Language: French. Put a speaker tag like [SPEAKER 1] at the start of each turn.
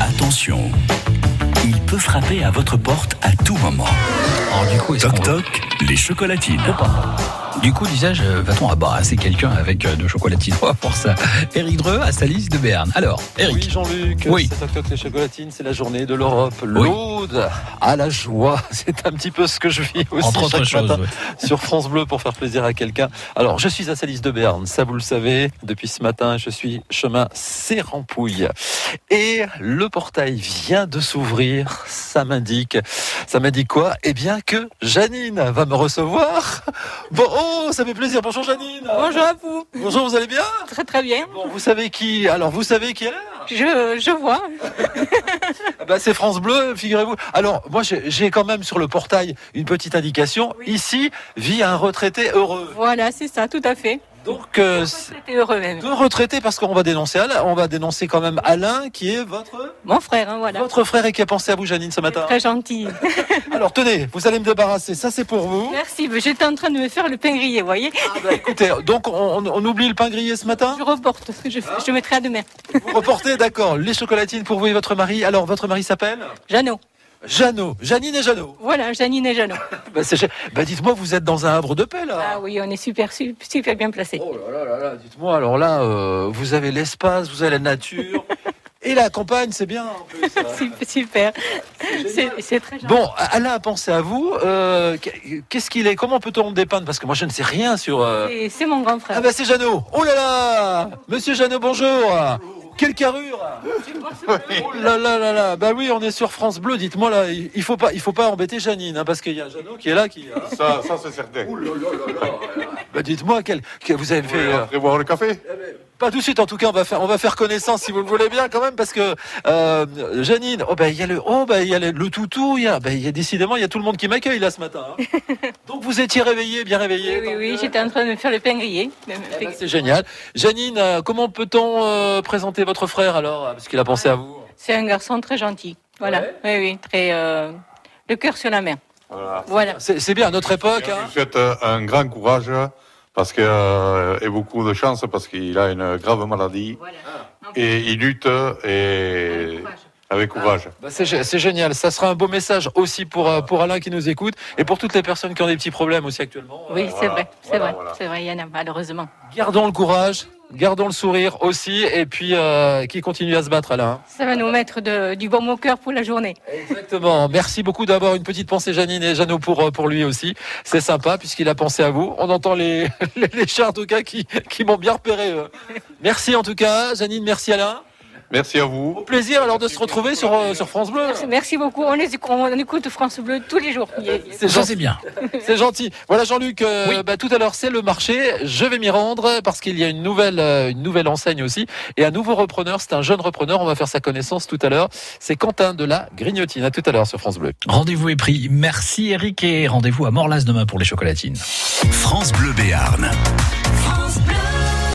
[SPEAKER 1] Attention, il peut frapper à votre porte à tout moment.
[SPEAKER 2] Alors du coup, est-ce
[SPEAKER 1] Toc
[SPEAKER 2] qu'on-
[SPEAKER 1] toc, les chocolatines.
[SPEAKER 2] Du coup, disais-je, euh, va-t-on embarrasser quelqu'un avec euh, de chocolatine On va voir ça. Eric Dreux à Salis de Berne. Alors, Eric.
[SPEAKER 3] Oui, Jean-Luc,
[SPEAKER 2] Oui.
[SPEAKER 3] c'est Toc les chocolatines, c'est la journée de l'Europe. L'Aude à la joie, c'est un petit peu ce que je vis aussi
[SPEAKER 2] Entre autres
[SPEAKER 3] chaque
[SPEAKER 2] choses,
[SPEAKER 3] matin
[SPEAKER 2] ouais.
[SPEAKER 3] sur France Bleu pour faire plaisir à quelqu'un. Alors, je suis à Salis de Berne, ça vous le savez. Depuis ce matin, je suis chemin Sérampouille. Et le portail vient de s'ouvrir, ça m'indique. Ça m'indique quoi Eh bien que Janine va me recevoir. Bon, oh, ça fait plaisir. Bonjour Janine.
[SPEAKER 4] Bonjour à vous.
[SPEAKER 3] Bonjour, vous allez bien
[SPEAKER 4] Très très bien.
[SPEAKER 3] Bon, vous savez qui Alors, vous savez qui elle est
[SPEAKER 4] Je, je vois.
[SPEAKER 3] Ah Bah, c'est France Bleu, figurez-vous. Alors, moi, j'ai j'ai quand même sur le portail une petite indication.
[SPEAKER 4] Oui.
[SPEAKER 3] Ici, vit un retraité heureux.
[SPEAKER 4] Voilà, c'est ça, tout à fait.
[SPEAKER 3] Donc, euh, c'est-
[SPEAKER 4] C'était heureux même.
[SPEAKER 3] deux retraités, parce qu'on va dénoncer Alain, on va dénoncer quand même Alain, qui est votre,
[SPEAKER 4] Mon frère, hein, voilà.
[SPEAKER 3] votre frère et qui a pensé à vous, Janine, ce matin.
[SPEAKER 4] Très gentil.
[SPEAKER 3] Alors, tenez, vous allez me débarrasser. Ça, c'est pour vous.
[SPEAKER 4] Merci, mais j'étais en train de me faire le pain grillé, vous voyez.
[SPEAKER 3] Ah, bah, écoutez, donc, on, on- on oublie le pain grillé ce matin.
[SPEAKER 4] Je reporte, je, je mettrai à demain.
[SPEAKER 3] Vous reportez, d'accord. Les chocolatines pour vous et votre mari. Alors, votre mari s'appelle
[SPEAKER 4] Jeannot.
[SPEAKER 3] Jeannot. Janine et Jeannot.
[SPEAKER 4] Voilà, Janine et Jeannot.
[SPEAKER 3] Bah, c'est- bah, dites-moi, vous êtes dans un havre de paix, là.
[SPEAKER 4] Ah oui, on est super, su- super bien placés.
[SPEAKER 3] Oh là là là là, dites-moi, alors là, euh, vous avez l'espace, vous avez la nature. Et la campagne, c'est bien. en plus, hein.
[SPEAKER 4] Sup- Super. C'est c'est très gentil.
[SPEAKER 3] Bon, Alain a pensé à vous. euh, Qu'est-ce qu'il est Comment peut-on me dépeindre Parce que moi, je ne sais rien sur. euh,
[SPEAKER 4] Et C'est mon grand
[SPEAKER 3] Ah
[SPEAKER 4] frère.
[SPEAKER 3] bah c'est Jeannot. Oh là là, Monsieur Jeannot, bonjour. Quelle carrure Oh là là là là. Bah oui, on est sur France Bleu. Dites-moi là, il il faut pas, il faut pas embêter Janine, hein, parce qu'il y a Jeannot qui est là, qui. hein.
[SPEAKER 5] Ça, ça c'est certain.
[SPEAKER 3] Bah dites-moi, quel, quel- vous avez fait.
[SPEAKER 5] Et
[SPEAKER 3] euh,
[SPEAKER 5] après boire le café
[SPEAKER 3] Pas tout de suite, en tout cas, on va faire, on va faire connaissance si vous le voulez bien quand même, parce que euh, Janine, oh bah il y a le, oh bah il y a le, le toutou, il y a, bah, il y a décidément il y a tout le monde qui m'accueille là ce matin. hein. Donc vous étiez réveillé, bien réveillé.
[SPEAKER 4] Oui, oui, oui,
[SPEAKER 3] tant mieux.
[SPEAKER 4] j'étais en train de me faire le pain grillé. Même-
[SPEAKER 3] Eh ben, C'est génial. Janine, euh, comment peut-on euh, présenter votre frère alors, euh, parce qu'il a pensé à vous.
[SPEAKER 4] C'est un garçon très gentil. Voilà. Oui, oui, très. euh, le cœur sur la main.
[SPEAKER 5] Voilà.
[SPEAKER 4] Voilà.
[SPEAKER 3] C'est c'est bien à notre
[SPEAKER 5] Et
[SPEAKER 3] époque.
[SPEAKER 5] Je
[SPEAKER 3] hein.
[SPEAKER 5] lui souhaite euh, un grand courage parce que, euh, et beaucoup de chance parce qu'il a une grave maladie.
[SPEAKER 4] Voilà.
[SPEAKER 5] Et il lutte et avec courage.
[SPEAKER 3] Bah, c'est gé- c'est génial. Ça sera un beau message aussi pour euh, pour Alain qui nous écoute et pour toutes les personnes qui ont des petits problèmes aussi actuellement.
[SPEAKER 4] Oui,
[SPEAKER 5] Voilà,
[SPEAKER 4] c'est vrai, c'est
[SPEAKER 5] voilà,
[SPEAKER 4] vrai,
[SPEAKER 5] voilà.
[SPEAKER 4] c'est vrai, il y en a malheureusement.
[SPEAKER 3] Gardons le courage, gardons le sourire aussi, et puis euh, qui continue à se battre Alain. hein.
[SPEAKER 4] Ça va nous mettre de- du bon au cœur pour la journée.
[SPEAKER 3] Exactement. Merci beaucoup d'avoir une petite pensée, Janine et Jeannot, pour, euh, pour lui aussi. C'est sympa, puisqu'il a pensé à vous. On entend les, les, les chats, en tout cas, qui, qui m'ont bien repéré. eux. Merci, en tout cas, Janine. Merci, Alain.
[SPEAKER 5] Merci à
[SPEAKER 3] Au
[SPEAKER 5] vous.
[SPEAKER 3] plaisir, alors, de se retrouver sur, euh, sur France Bleu.
[SPEAKER 4] Merci beaucoup, on, les- on écoute France Bleu tous les jours.
[SPEAKER 2] Ça,
[SPEAKER 3] C'est gentil.
[SPEAKER 2] c'est bien.
[SPEAKER 3] C'est gentil. Voilà, Jean-Luc, euh,
[SPEAKER 2] Oui.
[SPEAKER 3] bah, tout à l'heure, c'est le marché. Je vais m'y rendre parce qu'il y a une nouvelle, euh, une nouvelle enseigne aussi. Et un nouveau repreneur, c'est un jeune repreneur. On va faire sa connaissance tout à l'heure. C'est Quentin de la Grignotine. À tout à l'heure sur France Bleu.
[SPEAKER 2] Rendez-vous est pris. Merci Eric et rendez-vous à Morlas demain pour les chocolatines.
[SPEAKER 1] France Bleu Béarn.
[SPEAKER 6] France Bleu.